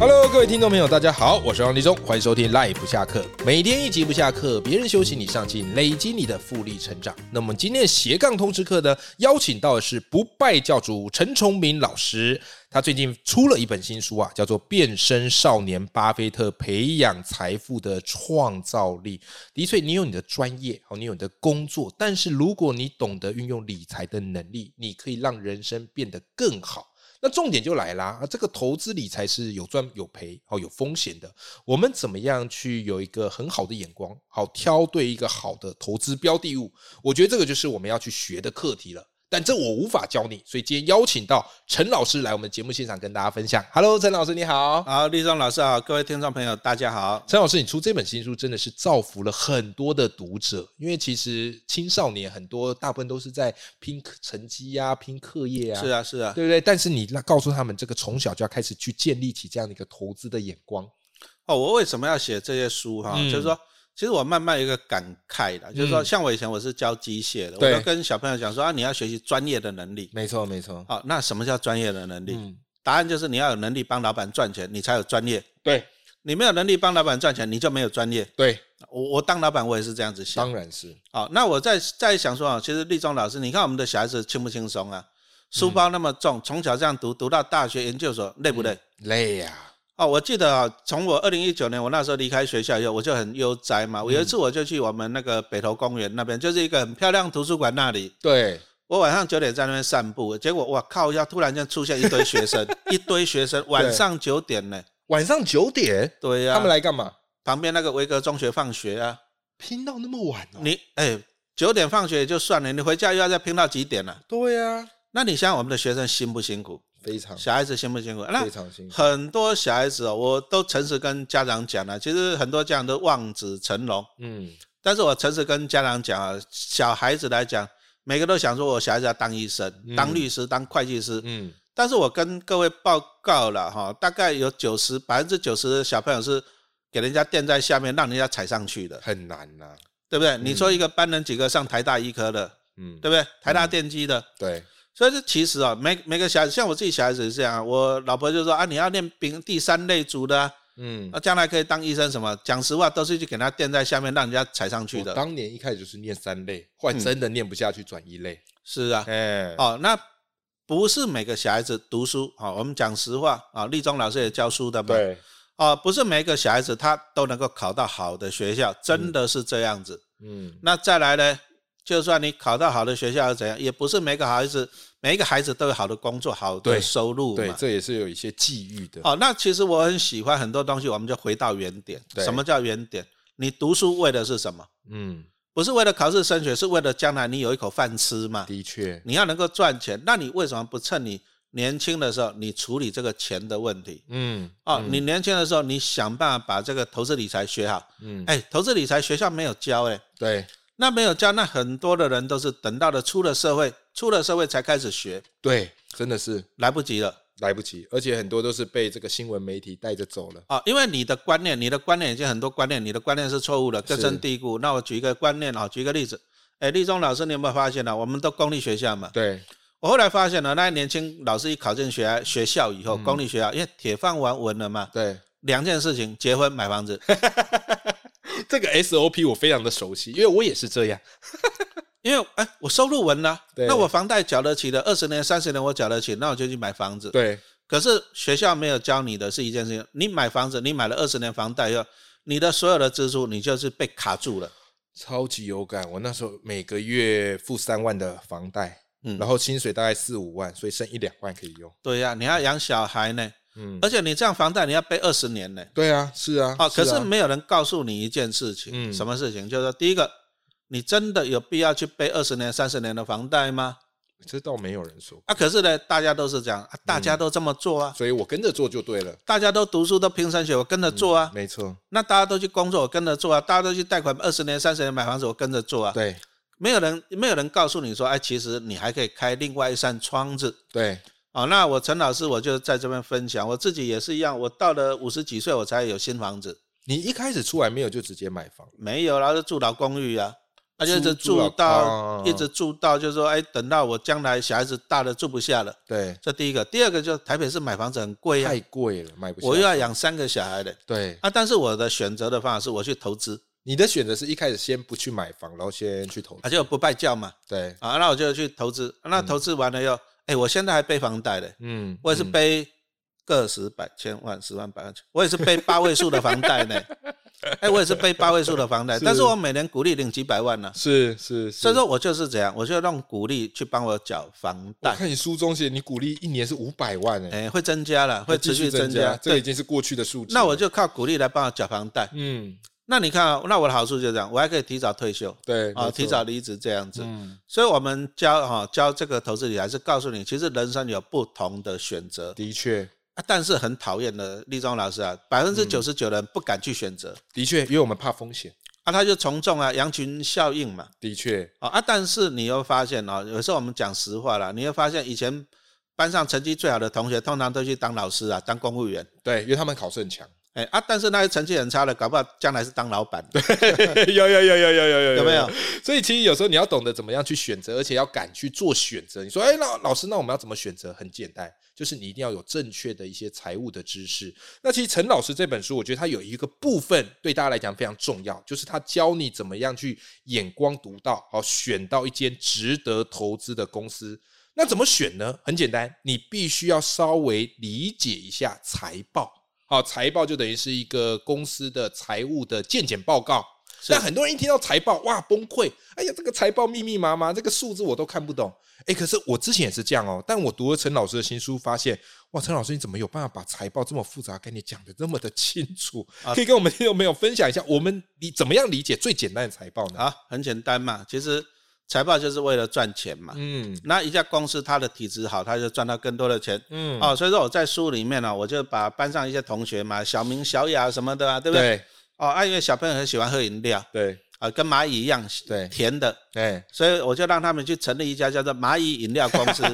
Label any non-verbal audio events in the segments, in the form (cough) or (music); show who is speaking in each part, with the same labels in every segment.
Speaker 1: Hello，各位听众朋友，大家好，我是王立忠，欢迎收听《赖不下课》，每天一集不下课，别人休息你上进，累积你的复利成长。那么今天的斜杠通知课呢，邀请到的是不败教主陈崇明老师，他最近出了一本新书啊，叫做《变身少年巴菲特：培养财富的创造力》。的确，你有你的专业，哦，你有你的工作，但是如果你懂得运用理财的能力，你可以让人生变得更好。那重点就来啦，啊，这个投资理财是有赚有赔，哦，有风险的。我们怎么样去有一个很好的眼光，好挑对一个好的投资标的物？我觉得这个就是我们要去学的课题了。但这我无法教你，所以今天邀请到陈老师来我们节目现场跟大家分享。Hello，陈老师你好。
Speaker 2: (laughs) 好，立中老师好，各位听众朋友，大家好。
Speaker 1: 陈老师，你出这本新书真的是造福了很多的读者，因为其实青少年很多大部分都是在拼成绩呀、拼课业啊，
Speaker 2: 是啊，是啊，
Speaker 1: 对不对？但是你那告诉他们，这个从小就要开始去建立起这样的一个投资的眼光。
Speaker 2: 哦，我为什么要写这些书哈、
Speaker 1: 嗯
Speaker 2: 就是说，其实我慢慢有一个感慨的，就是说，
Speaker 1: 嗯
Speaker 2: 像我以前我是教机械的，
Speaker 1: 对
Speaker 2: 我都跟小朋友讲说啊，你要学习专业的能力。
Speaker 1: 没错，没错。
Speaker 2: 好、那什么叫专业的能力？
Speaker 1: 嗯，
Speaker 2: 答案就是你要有能力帮老板赚钱，你才有专业。
Speaker 1: 对
Speaker 2: 你没有能力帮老板赚钱，你就没有专业。
Speaker 1: 对，
Speaker 2: 我我当老板我也是这样子想。
Speaker 1: 当然是。
Speaker 2: 好、那我在在想说啊，其实立中老师，你看我们的小孩子轻不轻松啊？书
Speaker 1: 嗯
Speaker 2: 包那么重，从小这样读，读到大学研究所，累不累？
Speaker 1: 累呀、
Speaker 2: 哦，我记得啊，从我二零一九年我那时候离开学校以后，我就很悠哉嘛。我有一
Speaker 1: 嗯
Speaker 2: 次我就去我们那个北投公园那边，就是一个很漂亮图书馆那里。
Speaker 1: 对，
Speaker 2: 我晚上九点在那边散步，结果哇靠呀，突然间出现一堆学生，一堆学生，晚上九点呢。
Speaker 1: 晚上九点、
Speaker 2: 对啊呀、
Speaker 1: 他们来干嘛？
Speaker 2: 旁边那个维格中学放学啊，
Speaker 1: 拼到那么晚哦？
Speaker 2: 你哎九点放学也就算了，你回家又要再拼到几点了、
Speaker 1: 对呀、
Speaker 2: 那你想想我们的学生辛不辛苦？
Speaker 1: 非常
Speaker 2: 小孩子辛不辛苦？ (laughs) 那
Speaker 1: 非常辛苦。
Speaker 2: 很多小孩子哦，我都诚实跟家长讲了、其实很多家长都望子成龙。
Speaker 1: 嗯，
Speaker 2: 但是我诚实跟家长讲啊，小孩子来讲，每个都想说我小孩子要当医生、
Speaker 1: 嗯
Speaker 2: 当律师、当会计师。
Speaker 1: 嗯，
Speaker 2: 但是我跟各位报告了哈，大概有九十百分之九十的小朋友是给人家垫在下面，让人家踩上去的，
Speaker 1: 很难呐、
Speaker 2: 对不对？你说一个班能几个上台大医科的，
Speaker 1: 嗯，
Speaker 2: 对不对？台大电机的。
Speaker 1: 对，
Speaker 2: 所以这其实啊，每每个小孩子，像我自己小孩子也是这样啊，我老婆就说啊，你要练丙第三类族的、啊，
Speaker 1: 嗯
Speaker 2: 那、，将来可以当医生什么？讲实话，都是去给他垫在下面，让人家踩上去
Speaker 1: 我
Speaker 2: 的。
Speaker 1: 当年一开始就是念三类，后来真的念不下去，转一类。
Speaker 2: 是啊，
Speaker 1: 哎、
Speaker 2: 哦，那不是每个小孩子读书啊、哦，我们讲实话啊，立中老师也教书的嘛，，
Speaker 1: 对，
Speaker 2: 哦，不是每个小孩子他都能够考到好的学校，真的是这样子。
Speaker 1: 嗯，
Speaker 2: 那再来呢，就算你考到好的学校又怎样，也不是每个孩子每一个孩子都有好的工作、好
Speaker 1: 对
Speaker 2: 的收入
Speaker 1: 对，
Speaker 2: 嘛。
Speaker 1: 这也是有一些际遇的。
Speaker 2: 嗯哦，那其实我很喜欢很多东西，我们就回到原点。
Speaker 1: 对
Speaker 2: 什么叫原点？你读书为的是什么？
Speaker 1: 嗯，
Speaker 2: 不是为了考试升学，是为了将来你有一口饭吃嘛。
Speaker 1: 的确，
Speaker 2: 你要能够赚钱，那你为什么不趁你年轻的时候，你处理这个钱的问题？
Speaker 1: 嗯，
Speaker 2: 哦，你年轻的时候，你想办法把这个投资理财学好。
Speaker 1: 嗯，
Speaker 2: 哎，投资理财学校没有教哎，
Speaker 1: 对，
Speaker 2: 那没有教，那很多的人都是等到了出了社会，出了社会才开始学，
Speaker 1: 对，真的是
Speaker 2: 来不及了
Speaker 1: 来不及，而且很多都是被这个新闻媒体带着走了。
Speaker 2: 哦，因为你的观念，你的观念已经很多观念，你的观念是错误的，根
Speaker 1: 是
Speaker 2: 深蒂固。那我举一个观念啊、哦，举一个例子，哎，立中老师，你有没有发现呢、啊我们都公立学校嘛，
Speaker 1: 对，
Speaker 2: 我后来发现了，那些年轻老师一考进学学校以后，
Speaker 1: 嗯
Speaker 2: 公立学校，因为铁饭碗稳了嘛，
Speaker 1: 对，
Speaker 2: 两件事情：结婚、买
Speaker 1: (laughs)
Speaker 2: 房子。
Speaker 1: 这个 SOP 我非常的熟悉，因为我也是这样。
Speaker 2: 因为哎，我收入稳了、
Speaker 1: 对
Speaker 2: 那我房贷缴得起的，二十年、三十年我缴得起，那我就去买房子。
Speaker 1: 对，
Speaker 2: 可是学校没有教你的是一件事情，你买房子，你买了二十年房贷以后，你的所有的支出，你就是被卡住了。
Speaker 1: 超级有感。我那时候每个月付三万的房贷，
Speaker 2: 嗯
Speaker 1: 然后薪水大概四五万，所以剩一两万可以用。
Speaker 2: 对呀、你要养小孩呢，
Speaker 1: 嗯，
Speaker 2: 而且你这样房贷你要背二十年呢。
Speaker 1: 对啊，是啊，
Speaker 2: 啊，可是
Speaker 1: 啊
Speaker 2: 没有人告诉你一件事情，
Speaker 1: 嗯
Speaker 2: 什么事情？就是说，第一个，你真的有必要去背二十年、三十年的房贷吗？
Speaker 1: 这倒没有人说，
Speaker 2: 啊，可是呢，大家都是这样，啊、大家都这么做啊，
Speaker 1: 所以我跟着做就对了。
Speaker 2: 大家都读书都拼升学，我跟着做啊。
Speaker 1: 没错，
Speaker 2: 那大家都去工作，我跟着做啊。大家都去贷款二十年、三十年买房子，我跟着做啊。
Speaker 1: 对
Speaker 2: 没有人，没有人告诉你说，哎，其实你还可以开另外一扇窗子，
Speaker 1: 对，
Speaker 2: 哦，那我陈老师我就在这边分享，我自己也是一样，我到了五十几岁我才有新房子，
Speaker 1: 你一开始出来没有就直接买房？
Speaker 2: 没有，然后就住老公寓啊，那就一直
Speaker 1: 住住老
Speaker 2: 住
Speaker 1: 啊
Speaker 2: 到一直住到就是说，哎，等到我将来小孩子大了住不下了，
Speaker 1: 对，
Speaker 2: 这第一个，第二个就是台北市买房子很贵啊
Speaker 1: 太，贵了，买不起。
Speaker 2: 我又要养三个小孩的
Speaker 1: 对，
Speaker 2: 啊，但是我的选择的方法是我去投资，
Speaker 1: 你的选择是一开始先不去买房，然后先去投资。
Speaker 2: 啊，就不拜教嘛，
Speaker 1: 对，
Speaker 2: 啊，那我就去投资，那投资完了又，哎，我现在还背房贷嘞，
Speaker 1: 嗯，
Speaker 2: 我也是
Speaker 1: 嗯
Speaker 2: 背个十百千万十万百万，我也是背八位数的房贷
Speaker 1: (laughs)
Speaker 2: 呢。哎，我也是背八位数的房贷，
Speaker 1: 是
Speaker 2: 但是我每年鼓励领几百万呢、
Speaker 1: 是是，
Speaker 2: 所
Speaker 1: 所
Speaker 2: 以说我就是这样，我就用鼓励去帮我缴房
Speaker 1: 我
Speaker 2: 贷，
Speaker 1: 看你书中写你鼓励一年是五百万哎，
Speaker 2: 哎，会增加了，会持
Speaker 1: 继续
Speaker 2: 续增
Speaker 1: 加，这
Speaker 2: 加。
Speaker 1: 个
Speaker 2: 对
Speaker 1: 已，经是过去的数字了。
Speaker 2: 那我就靠鼓励来帮我缴房贷。
Speaker 1: 嗯，
Speaker 2: 那你看、啊，那我的好处就这样，我还可以提早退休
Speaker 1: 对
Speaker 2: 啊，
Speaker 1: 没错
Speaker 2: 提早离职这样子。
Speaker 1: 嗯
Speaker 2: 所以，我们教哈、教这个投资理财是告诉你，其实人生有不同的选择，
Speaker 1: 的确，
Speaker 2: 啊、但是很讨厌的立中老师啊，百分之
Speaker 1: 嗯
Speaker 2: 九十九的人不敢去选择。
Speaker 1: 的确，因为我们怕风险，
Speaker 2: 啊，他就从众啊，羊群效应嘛。
Speaker 1: 的确，
Speaker 2: 啊啊，但是你又发现哦，有时候我们讲实话啦，你会发现以前班上成绩最好的同学，通常都去当老师啊，当公务员。
Speaker 1: 对，因为他们考试很
Speaker 2: (laughs)
Speaker 1: 强。 (laughs)
Speaker 2: 哎啊，但是那些成绩很差的，搞不好将来是当老板的，
Speaker 1: 有有有有有有有
Speaker 2: 有没有？？
Speaker 1: (laughs) 所以其实有时候你要懂得怎么样去选择，而且要敢去做选择。你说，哎、那老师，那我们要怎么选择？很简单，就是你一定要有正确的一些财务的知识。那其实陈老师这本书，我觉得它有一个部分对大家来讲非常重要，就是他教你怎么样去眼光独到，好选到一间值得投资的公司。那怎么选呢？很简单，你必须要稍微理解一下财报。好，财报就等于是一个公司的财务的鉴检报告。
Speaker 2: 是
Speaker 1: 那很多人一听到财报，哇，崩溃！哎呀，这个财报密密麻麻，这个数字我都看不懂。哎，可是我之前也是这样哦，但我读了陈老师的新书，发现哇，陈老师你怎么有办法把财报这么复杂的概念讲的那么的清楚？
Speaker 2: 啊
Speaker 1: 可以跟我们听众朋友分享一下，我们你怎么样理解最简单的财报呢？
Speaker 2: 啊，很简单嘛。其实财报就是为了赚钱嘛。
Speaker 1: 嗯
Speaker 2: 那一家公司它的体质好，它就赚到更多的钱。
Speaker 1: 嗯，
Speaker 2: 哦，所以说我在书里面呢、哦我就把班上一些同学嘛，小明、小雅什么的啊，对不对？
Speaker 1: 对
Speaker 2: 哦，啊，因为小朋友很喜欢喝饮料
Speaker 1: 对
Speaker 2: 啊，跟蚂蚁一样，
Speaker 1: 对
Speaker 2: 甜的，
Speaker 1: 哎，
Speaker 2: 所以我就让他们去成立一家叫做蚂蚁饮料公
Speaker 1: (laughs)
Speaker 2: 司。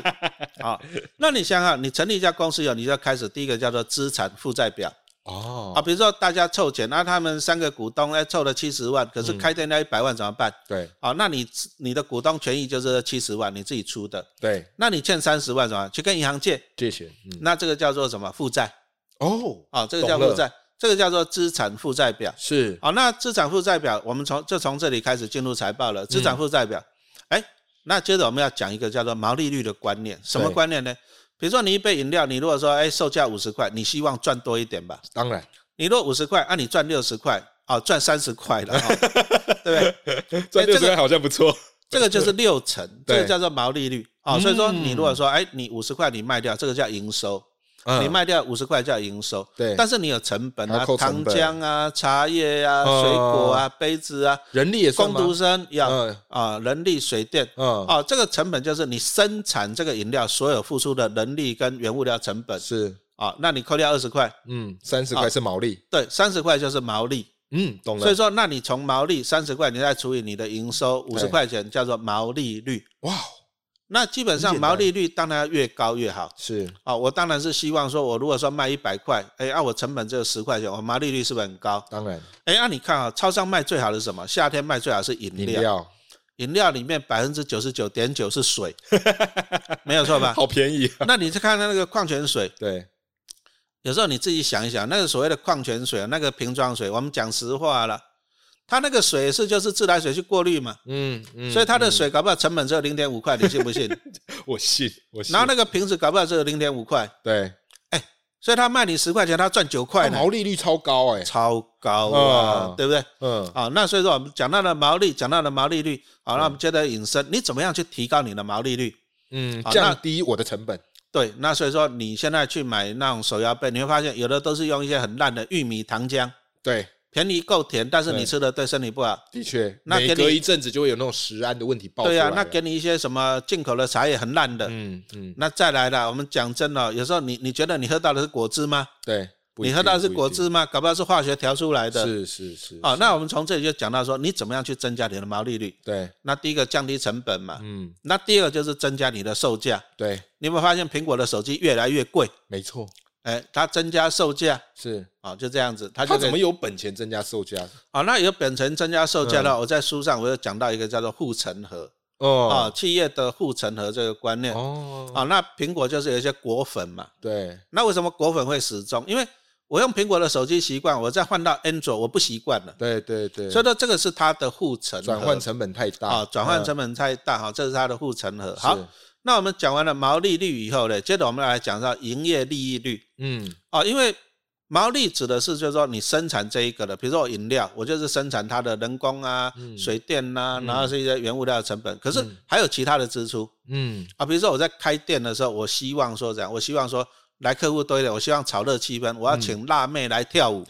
Speaker 2: 啊、那你想想，你成立一家公司以后，你就要开始第一个叫做资产负债表啊，
Speaker 1: 哦，
Speaker 2: 比如说大家凑钱，那啊他们三个股东哎凑了七十万，可
Speaker 1: 嗯
Speaker 2: 是开店要一百万怎么办？
Speaker 1: 对
Speaker 2: 啊，那你你的股东权益就是七十万，你自己出的，
Speaker 1: 对，
Speaker 2: 那你欠三十万怎么办去跟银行借？
Speaker 1: 借钱，嗯，
Speaker 2: 那这个叫做什么负债
Speaker 1: 哦，
Speaker 2: 啊？这个叫
Speaker 1: 懂了
Speaker 2: 负债，这个叫做资产负债表。
Speaker 1: 是
Speaker 2: 好，那资产负债表，我们从就从这里开始进入财报了。资
Speaker 1: 嗯
Speaker 2: 产负债表，哎、那接着我们要讲一个叫做毛利率的观念，什么
Speaker 1: 对
Speaker 2: 观念呢？比如说你一杯饮料，你如果说哎售价五十块，你希望赚多一点吧？
Speaker 1: 当然，
Speaker 2: 你如果五十块，啊你赚六十块，哦赚三十块了，哦 (laughs) 对不对？
Speaker 1: 赚
Speaker 2: (laughs) 这
Speaker 1: 六
Speaker 2: 个
Speaker 1: 十块好像不错，
Speaker 2: 这个就是六成，这
Speaker 1: 对
Speaker 2: 个叫做毛利率啊、哦。所以说你如果说哎你五十块你卖掉，这个叫营收，你
Speaker 1: 嗯
Speaker 2: 卖掉五十块叫营收，
Speaker 1: 对
Speaker 2: 但是你有成本
Speaker 1: 还要
Speaker 2: 啊，
Speaker 1: 扣成
Speaker 2: 糖
Speaker 1: 本
Speaker 2: 浆啊、茶叶啊、
Speaker 1: 嗯
Speaker 2: 水果啊、杯子啊。
Speaker 1: 人力也算
Speaker 2: 工
Speaker 1: 吗
Speaker 2: 读生要啊、
Speaker 1: 嗯
Speaker 2: 人力、水电
Speaker 1: 嗯，
Speaker 2: 啊、这个成本就是你生产这个饮料所有付出的人力跟原物料成本
Speaker 1: 是，
Speaker 2: 啊、那你扣掉二十块，
Speaker 1: 嗯，三十块是毛利，
Speaker 2: 对，三十块就是毛利。
Speaker 1: 嗯，懂了。
Speaker 2: 啊所以说，那你从毛利三十块，你再除以你的营收五十
Speaker 1: 对
Speaker 2: 块钱，叫做毛利率。
Speaker 1: 哇，
Speaker 2: 那基本
Speaker 1: 很
Speaker 2: 上
Speaker 1: 简单
Speaker 2: 毛利率当然要越高越好
Speaker 1: 是
Speaker 2: 啊、我当然是希望说，我如果说卖一百块，哎，啊，我成本只有十块钱，我毛利率是不是很高？
Speaker 1: 当然，
Speaker 2: 哎，啊，你看啊、超商卖最好的是什么？夏天卖最好是饮
Speaker 1: 饮
Speaker 2: 料。
Speaker 1: 料
Speaker 2: 饮料里面百分之九十九点九是水，
Speaker 1: (laughs)
Speaker 2: 没有错吧？
Speaker 1: 好便宜啊。
Speaker 2: 那你去看看那个矿泉水，
Speaker 1: (laughs) 对，
Speaker 2: 有时候你自己想一想，那个所谓的矿泉水，啊那个瓶装水，我们讲实话了，它那个水是就是自来水去过滤嘛，
Speaker 1: 嗯嗯
Speaker 2: 所以它的水搞不好成本只有零点五块，你信不信？
Speaker 1: 我信，我信。
Speaker 2: (laughs) 然后那个瓶子搞不好只有零点五块，
Speaker 1: 对，
Speaker 2: 所以他卖你十块钱，他赚九块
Speaker 1: 它
Speaker 2: 呢
Speaker 1: 毛，利率超高哎，
Speaker 2: 超高啊
Speaker 1: 嗯，
Speaker 2: 对不对？
Speaker 1: 嗯，
Speaker 2: 啊，那所以说我们讲到了毛利，讲到了毛利率，哦好，那我们接着引申，你怎么样去提高你的毛利率？
Speaker 1: 嗯，
Speaker 2: 好
Speaker 1: 降
Speaker 2: 啊那
Speaker 1: 低我的成本。
Speaker 2: 对，那所以说你现在去买那种手摇杯，你会发现有的都是用一些很烂的玉米糖浆，
Speaker 1: 对，
Speaker 2: 便宜够甜，但是
Speaker 1: 对
Speaker 2: 你吃的对身体不好。
Speaker 1: 的确，
Speaker 2: 那
Speaker 1: 每
Speaker 2: 给你
Speaker 1: 隔一阵子就会有那种食安的问题爆出
Speaker 2: 对
Speaker 1: 来
Speaker 2: 呀、
Speaker 1: 了。
Speaker 2: 那给你一些什么进口的茶叶很烂的。
Speaker 1: 嗯嗯，
Speaker 2: 那再来了，我们讲真的哦，有时候你你觉得你喝到的是果汁吗？
Speaker 1: 对，不一
Speaker 2: 你
Speaker 1: 定
Speaker 2: 喝到的是果汁吗？搞不好是化学调出来的。
Speaker 1: 是是是，
Speaker 2: 哦，那我们从这里就讲到说，你怎么样去增加你的毛利率？
Speaker 1: 对，
Speaker 2: 那第一个降低成本嘛，
Speaker 1: 嗯，
Speaker 2: 那第二个就是增加你的售价。
Speaker 1: 对，
Speaker 2: 你有没有发现苹果的手机越来越贵？
Speaker 1: 没错，
Speaker 2: 哎，它增加售价
Speaker 1: 是。
Speaker 2: 啊、哦，就这样子，它
Speaker 1: 他
Speaker 2: 就
Speaker 1: 怎么
Speaker 2: 可以
Speaker 1: 有本钱增加售价？
Speaker 2: 哦，那有本钱增加售价的话，我在书上我有讲到一个叫做护城河啊、哦
Speaker 1: 嗯哦
Speaker 2: 企业的护城河这个观念啊、
Speaker 1: 哦，
Speaker 2: 哦那苹果就是有一些果粉嘛，
Speaker 1: 对，
Speaker 2: 那为什么果粉会始终？因为我用苹果的手机习惯，我再换到 Android 我不习惯了，
Speaker 1: 对对对，
Speaker 2: 所以说这个是它的护城河
Speaker 1: 转换成本太大
Speaker 2: 啊、转换成
Speaker 1: 嗯
Speaker 2: 本太大哈、这是它的护城河。好
Speaker 1: 是，
Speaker 2: 那我们讲完了毛利率以后呢，接着我们来讲到营业利益率
Speaker 1: 嗯，
Speaker 2: 啊、因为毛利指的是就是说你生产这一个的，比如说我饮料，我就是生产它的人工啊、
Speaker 1: 嗯
Speaker 2: 水电呐、然后是一些原物料的成本，可是
Speaker 1: 嗯
Speaker 2: 还有其他的支出
Speaker 1: 嗯，
Speaker 2: 啊，比如说我在开店的时候，我希望说这样，我希望说。来客户多一点，我希望炒热气氛，我要请辣妹来
Speaker 1: (laughs)
Speaker 2: 跳舞，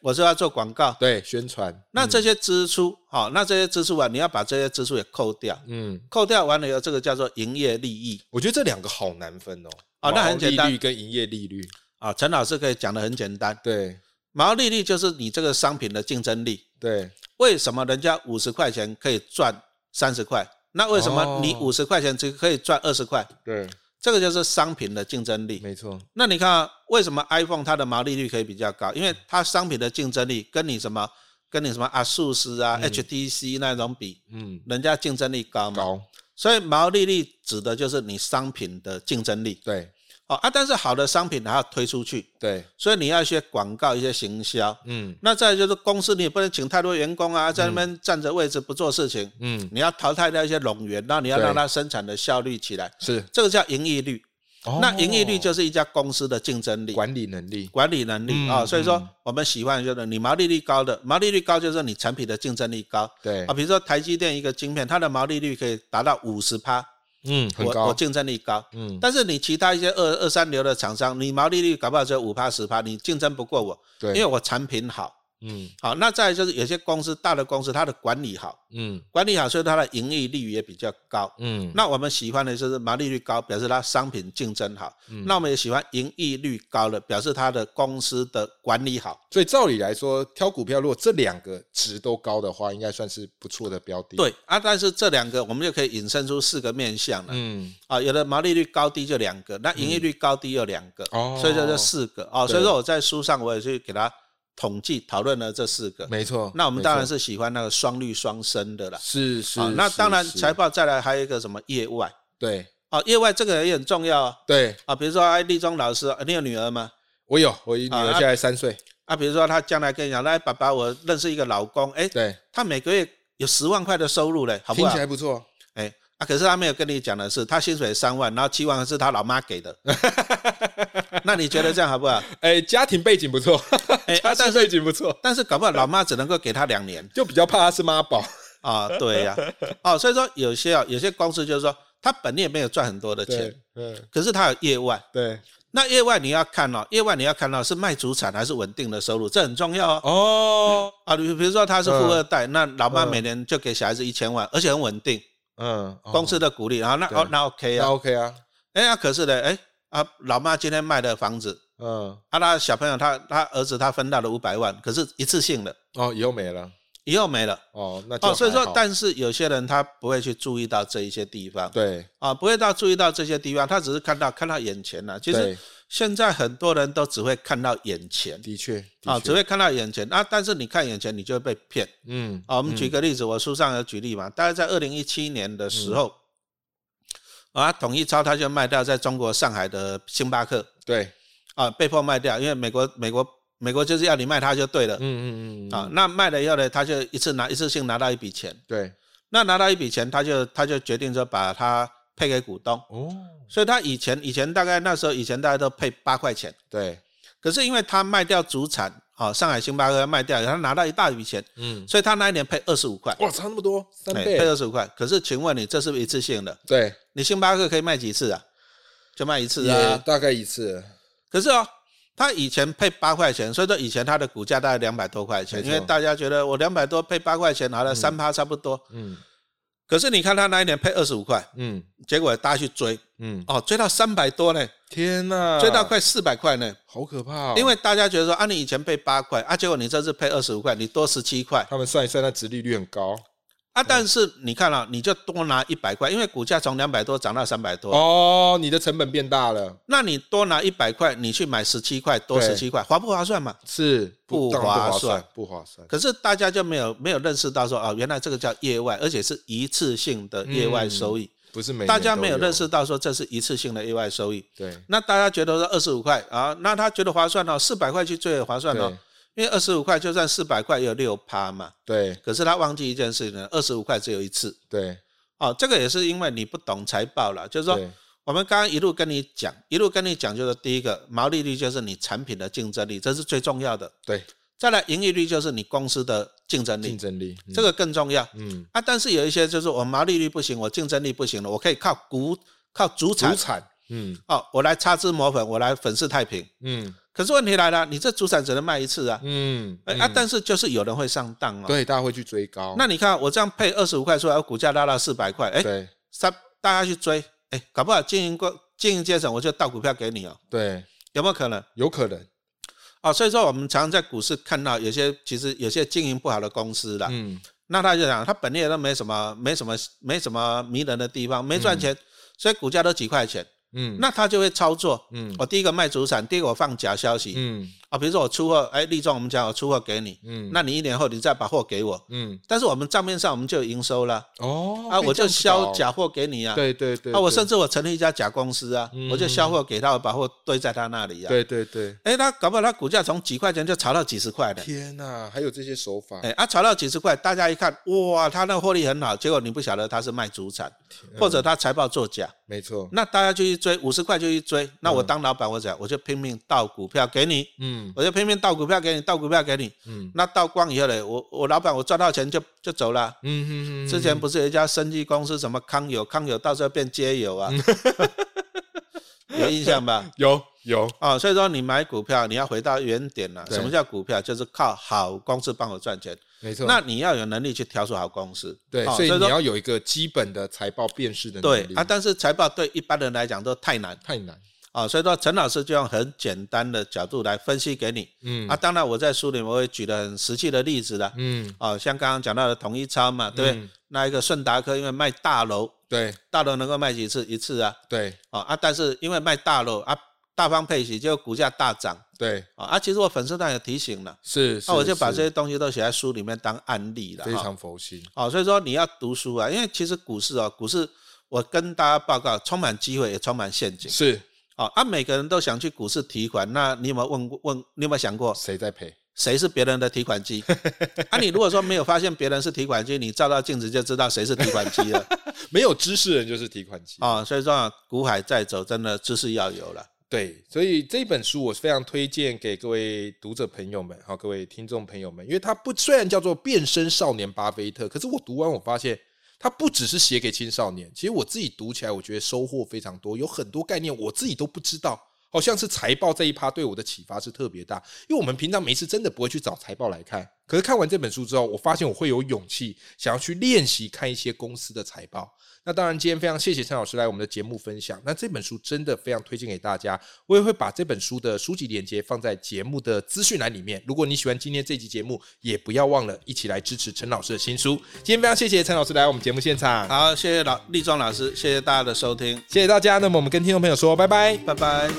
Speaker 2: 我是要做广告。
Speaker 1: 对，宣传。
Speaker 2: 那这些支出，好、那这些支出啊，你要把这些支出也扣掉。
Speaker 1: 嗯，
Speaker 2: 扣掉完了以后，这个叫做营业利益
Speaker 1: 我觉得这两个好难分哦。
Speaker 2: 啊那很简
Speaker 1: 毛
Speaker 2: 单
Speaker 1: 利率跟营业利率，
Speaker 2: 啊。陈老师可以讲的很简单，
Speaker 1: 对
Speaker 2: 毛利率就是你这个商品的竞争力。
Speaker 1: 对，
Speaker 2: 为什么人家五十块钱可以赚三十块？那为什么你
Speaker 1: 哦
Speaker 2: 五十块钱只可以赚二十块？
Speaker 1: 对，
Speaker 2: 这个就是商品的竞争力。
Speaker 1: 没错，
Speaker 2: 那你看、啊，为什么 iPhone 它的毛利率可以比较高？因为它商品的竞争力跟你什么，跟你什么阿素斯啊、HTC 那种比，
Speaker 1: 嗯，
Speaker 2: 人家竞争力高嘛。
Speaker 1: 高，
Speaker 2: 所以毛利率指的就是你商品的竞争力。
Speaker 1: 对
Speaker 2: 哦啊，但是好的商品还要推出去，
Speaker 1: 对，
Speaker 2: 所以你要一些广告、一些行销。
Speaker 1: 嗯
Speaker 2: 那再来就是公司，你也不能请太多员工啊，在那边占着位置不做事情。
Speaker 1: 嗯，
Speaker 2: 你要淘汰掉一些冗员，那你要
Speaker 1: 对
Speaker 2: 让它生产的效率起来，
Speaker 1: 是。
Speaker 2: 这个叫盈利率。那盈利率
Speaker 1: 哦
Speaker 2: 就是一家公司的竞争力、
Speaker 1: 管理能力，
Speaker 2: 管理能力
Speaker 1: 嗯
Speaker 2: 啊、所以说
Speaker 1: 嗯
Speaker 2: 我们喜欢就是你毛利率高的，毛利率高就是你产品的竞争力高
Speaker 1: 对
Speaker 2: 啊。，比如说台积电一个晶片，它的毛利率可以达到五十趴，
Speaker 1: 嗯，很
Speaker 2: 我我
Speaker 1: 高，
Speaker 2: 竞争力高。
Speaker 1: 嗯，
Speaker 2: 但是你其他一些二二三流的厂商，你毛利率搞不好只有五趴十趴，你竞争不过我，
Speaker 1: 对，
Speaker 2: 因为我产品好。
Speaker 1: 嗯
Speaker 2: 好，那再来就是有些公司大的公司，它的管理好，
Speaker 1: 嗯
Speaker 2: 管理好，所以它的盈利率也比较高。
Speaker 1: 嗯，
Speaker 2: 那我们喜欢的就是毛利率高，表示它商品竞争好。
Speaker 1: 嗯
Speaker 2: 那我们也喜欢盈利率高的，表示它的公司的管理好。
Speaker 1: 所以照理来说，挑股票如果这两个值都高的话，应该算是不错的标的。，
Speaker 2: 对啊，但是这两个我们就可以引申出四个面向了。
Speaker 1: 嗯，
Speaker 2: 啊，有的毛利率高低就两个，那盈利率高低有两个，
Speaker 1: 哦
Speaker 2: 所以这就四个哦。
Speaker 1: 对
Speaker 2: 所以说我在书上我也去给它统计讨论了这四个。
Speaker 1: 没错。
Speaker 2: 那我们
Speaker 1: 没
Speaker 2: 当然
Speaker 1: 错
Speaker 2: 是喜欢那个双率双升的啦。
Speaker 1: 是是
Speaker 2: 啊，那
Speaker 1: 是
Speaker 2: 当然
Speaker 1: 是
Speaker 2: 财报再来还有一个什么业外
Speaker 1: 对
Speaker 2: 啊，业外这个也很重要啊。
Speaker 1: 对，
Speaker 2: 啊比如说哎，立中老师，呃你有女儿吗？
Speaker 1: 我有，我女
Speaker 2: 啊
Speaker 1: 儿
Speaker 2: 那
Speaker 1: 现在三岁，
Speaker 2: 啊，比如说她将来跟你讲，来哎爸爸，我认识一个老公，哎，
Speaker 1: 对，
Speaker 2: 他每个月有十万块的收入嘞，好不
Speaker 1: 听
Speaker 2: 好
Speaker 1: 起？来不错，
Speaker 2: 哎，啊，可是他没有跟你讲的是，他薪水三万，然后七万是他老妈给的， (laughs) 那你觉得这样好
Speaker 1: (laughs)
Speaker 2: 不好？
Speaker 1: 哎，家庭背景不错，
Speaker 2: 哎
Speaker 1: 家
Speaker 2: 啊
Speaker 1: 庭背景不错，
Speaker 2: 但是搞不好老妈只能够给他两年
Speaker 1: 就比较怕她是妈宝， (laughs)
Speaker 2: 啊、对呀、哦，所以说有些啊、有些公司就是说，他本业没有赚很多的钱
Speaker 1: 对，，嗯，
Speaker 2: 可是他有业外，
Speaker 1: 对，
Speaker 2: 那业外你要看哦，业外你要看到是卖主产还是稳定的收入，这很重要哦。
Speaker 1: 哦，
Speaker 2: 啊，比比如说他是富
Speaker 1: 嗯
Speaker 2: 二代，那老妈
Speaker 1: 嗯
Speaker 2: 每年就给小孩子一千万，而且很稳定，
Speaker 1: 嗯，哦
Speaker 2: 公司的鼓励，然后那
Speaker 1: 对
Speaker 2: 哦那 OK
Speaker 1: 那
Speaker 2: 啊，
Speaker 1: OK 啊，
Speaker 2: 哎呀，可是呢，哎啊，老妈今天卖的房子，
Speaker 1: 嗯，
Speaker 2: 啊，那小朋友他他儿子他分到了五百万，可是一次性的，
Speaker 1: 哦，以后没了，
Speaker 2: 以后没了。
Speaker 1: 哦，那就
Speaker 2: 哦，所以
Speaker 1: 还
Speaker 2: 说
Speaker 1: 好，
Speaker 2: 但是有些人他不会去注意到这一些地方，
Speaker 1: 对，
Speaker 2: 啊，不会到注意到这些地方，他只是看到看到眼前了、其
Speaker 1: 对
Speaker 2: 实现在很多人都只会看到眼前，
Speaker 1: 的确，的
Speaker 2: 啊，
Speaker 1: 确
Speaker 2: 只会看到眼前啊，但是你看眼前，你就会被骗
Speaker 1: 嗯，
Speaker 2: 啊。我们举个例子，我书上有举例嘛，大概在二零一七年的时候，
Speaker 1: 嗯
Speaker 2: 啊，统一超他就卖掉在中国上海的星巴克
Speaker 1: 对，
Speaker 2: 啊，被迫卖掉，因为美国美国美国就是要你卖它就对了。
Speaker 1: 嗯嗯嗯嗯，
Speaker 2: 啊，那卖了以后呢，他就一次拿一次性拿到一笔钱，
Speaker 1: 对，
Speaker 2: 那拿到一笔钱，他就他就决定说把它配给股东，
Speaker 1: 哦，
Speaker 2: 所以他以前以前大概那时候以前大家都配八块钱，
Speaker 1: 对，
Speaker 2: 可是因为他卖掉主产，啊，上海星巴克卖掉，他拿到一大笔钱，
Speaker 1: 嗯，
Speaker 2: 所以他那一年配二十五块，
Speaker 1: 哇，差那么多，三
Speaker 2: 哎
Speaker 1: 倍
Speaker 2: 配，二十五块。可是请问你这是不是一次性的？
Speaker 1: 对，
Speaker 2: 你星巴克可以卖几次啊？就卖一次
Speaker 1: 也
Speaker 2: 啊。
Speaker 1: 大概一次，
Speaker 2: 可是哦，他以前配八块钱，所以说以前他的股价大概两百多块钱，
Speaker 1: 没错
Speaker 2: 因为大家觉得我两百多配八块钱，拿了三趴差不多。
Speaker 1: 嗯
Speaker 2: 可是你看他那一年配二十五块，
Speaker 1: 嗯
Speaker 2: 结果大家去追，
Speaker 1: 嗯，
Speaker 2: 哦，追到三百多呢，
Speaker 1: 天哪，
Speaker 2: 追到快四百块呢。
Speaker 1: 好可怕、哦！
Speaker 2: 因为大家觉得说啊，你以前配八块啊，结果你这次配二十五块，你多十七块
Speaker 1: 他们算一算，那值利率很高嗯
Speaker 2: 啊。但是你看啊，你就多拿一百块，因为股价从两百多涨到三百多，
Speaker 1: 哦，你的成本变大了，
Speaker 2: 那你多拿一百块，你去买十七块，多十七块，划不划算嘛？
Speaker 1: 是
Speaker 2: 不
Speaker 1: 当然
Speaker 2: 划
Speaker 1: 不划
Speaker 2: 算
Speaker 1: 算，不划算。
Speaker 2: 可是大家就没有没有认识到说啊，原来这个叫业外，而且是一次性的业外收益。
Speaker 1: 不嗯是每
Speaker 2: 大
Speaker 1: 年
Speaker 2: 家
Speaker 1: 都
Speaker 2: 没有
Speaker 1: 有
Speaker 2: 认识到说这是一次性的意外收益，
Speaker 1: 对
Speaker 2: 那大家觉得说二十五块啊，那他觉得划算哦，四百块去追也划算哦
Speaker 1: 对，
Speaker 2: 因为二十五块就算四百块也有六趴嘛。
Speaker 1: 对
Speaker 2: 可是他忘记一件事情呢，二十五块只有一次
Speaker 1: 对
Speaker 2: 哦，这个也是因为你不懂财报了，就是说
Speaker 1: 对
Speaker 2: 我们刚刚一路跟你讲，一路跟你讲，就是第一个毛利率就是你产品的竞争力，这是最重要的。
Speaker 1: 对
Speaker 2: 再来，盈利率就是你公司的竞争力
Speaker 1: 竞，争力
Speaker 2: 这
Speaker 1: 个
Speaker 2: 个更重要。
Speaker 1: 嗯，
Speaker 2: 啊，但是有一些就是我毛利率不行，我竞争力不行了，我可以靠股靠主
Speaker 1: 主
Speaker 2: 产
Speaker 1: 产嗯
Speaker 2: 哦，我来擦脂抹粉，我来粉饰太平。
Speaker 1: 嗯
Speaker 2: 可是问题来了，你这主产只能卖一次啊，
Speaker 1: 嗯
Speaker 2: 哎
Speaker 1: 嗯
Speaker 2: 啊，但是就是有人会上当哦。
Speaker 1: 对大家会去追高，
Speaker 2: 那你看我这样配二十五块出来，我股价拉到四百块，哎，
Speaker 1: 对
Speaker 2: 三大家去追，哎，搞不好经营过经营阶层，我就倒股票给你哦，
Speaker 1: 对
Speaker 2: 有没有可能？
Speaker 1: 有可能
Speaker 2: 哦，所以说我们常常在股市看到有些其实有些经营不好的公司啦，
Speaker 1: 嗯
Speaker 2: 那他就讲他本业都没什么没什么没什么迷人的地方，没赚钱，所以股价都几块钱，
Speaker 1: 嗯
Speaker 2: 那他就会操作。
Speaker 1: 嗯
Speaker 2: 我第一个卖主产，第一个我放假消息，
Speaker 1: 嗯
Speaker 2: 啊，比如说我出货，哎，立中我们讲我出货给你，
Speaker 1: 嗯
Speaker 2: 那你一年后你再把货给我，
Speaker 1: 嗯
Speaker 2: 但是我们账面上我们就有营收了
Speaker 1: 哦
Speaker 2: 啊，
Speaker 1: 可以
Speaker 2: 我
Speaker 1: 这
Speaker 2: 就
Speaker 1: 样子
Speaker 2: 销
Speaker 1: 搞
Speaker 2: 假货给你啊，
Speaker 1: 对对对
Speaker 2: 啊，我甚
Speaker 1: 甚
Speaker 2: 至我成立一家假公司啊，
Speaker 1: 嗯
Speaker 2: 我就销货给他，我把货堆在他那里啊，，
Speaker 1: 对对对
Speaker 2: 哎，他搞不好他股价从几块钱就炒到几十块的，
Speaker 1: 天哪还有这些手法
Speaker 2: 哎，啊，炒到几十块，大家一看，哇，他那获利很好，结果你不晓得他是卖主产，
Speaker 1: 嗯
Speaker 2: 或者他财报作假，
Speaker 1: 没错
Speaker 2: 那大家就去追五十块就去追，那我当老板我讲我就拼命倒股票给你，
Speaker 1: 嗯
Speaker 2: 我就拼命倒股票给你，倒股票给你。
Speaker 1: 嗯
Speaker 2: 那倒光以后呢，我我老板我赚到钱就就走了。
Speaker 1: 嗯嗯
Speaker 2: 之前不是有一家生技公司什么康友，康友到时候变街友
Speaker 1: (laughs)
Speaker 2: 啊，有印象吧？
Speaker 1: 有有
Speaker 2: 哦，所以说你买股票你要回到原点了、
Speaker 1: 对
Speaker 2: 什么叫股票？就是靠好公司帮我赚钱。
Speaker 1: 没错
Speaker 2: 那你要有能力去挑出好公司。
Speaker 1: 对
Speaker 2: 哦、
Speaker 1: 所以你
Speaker 2: 说
Speaker 1: 要有一个基本的财报辨识的
Speaker 2: 对
Speaker 1: 能力
Speaker 2: 啊，但是财报对一般人来讲都太难
Speaker 1: 太难
Speaker 2: 啊、哦，所以说陈老师就用很简单的角度来分析给你、
Speaker 1: 嗯
Speaker 2: 啊。当然我在书里面我也举了很实际的例子了。
Speaker 1: 嗯
Speaker 2: 哦，像刚刚讲到的统一超嘛，对不对？
Speaker 1: 嗯
Speaker 2: 那一个顺达科因为卖大楼，
Speaker 1: 对
Speaker 2: 大楼能够卖几次？一次啊，
Speaker 1: 对
Speaker 2: 哦啊，但是因为卖大楼啊，大方配息，结果股价大涨
Speaker 1: 对
Speaker 2: 啊、啊。其实我粉丝团有提醒了，
Speaker 1: 是
Speaker 2: 那、我就把
Speaker 1: 是
Speaker 2: 这些东西都写在书里面当案例了
Speaker 1: 非
Speaker 2: 哈。
Speaker 1: 常佛系
Speaker 2: 哦，所以说你要读书啊，因为其实股市啊、股市我跟大家报告，充满机会也充满陷阱。
Speaker 1: 是
Speaker 2: 哦啊，每个人都想去股市提款，那你有没有问过问？你有没有想过
Speaker 1: 谁在赔
Speaker 2: 谁是别人的提款机。啊，你如果说没有发现别人是提款机，你照照镜子就知道谁是提款机了
Speaker 1: 没有知识人就是提款机
Speaker 2: 啊、所以说、啊，股海在走，真的知识要有了。
Speaker 1: 对，所以这本书我是非常推荐给各位读者朋友们，还有各位听众朋友们，因为它不虽然叫做《变身少年巴菲特》，可是我读完我发现，它不只是写给青少年，其实我自己读起来，我觉得收获非常多，有很多概念我自己都不知道。好像是财报这一趴对我的启发是特别大，因为我们平常没事真的不会去找财报来看。可是看完这本书之后，我发现我会有勇气想要去练习看一些公司的财报，那当然，今天非常谢谢陈老师来我们的节目分享。那这本书真的非常推荐给大家，我也会把这本书的书籍链接放在节目的资讯栏里面。如果你喜欢今天这集节目，也不要忘了一起来支持陈老师的新书。今天非常谢谢陈老师来我们节目现场，
Speaker 2: 好，谢谢老立庄老师，谢谢大家的收听，
Speaker 1: 谢谢大家。那么我们跟听众朋友说拜拜。
Speaker 2: 拜拜。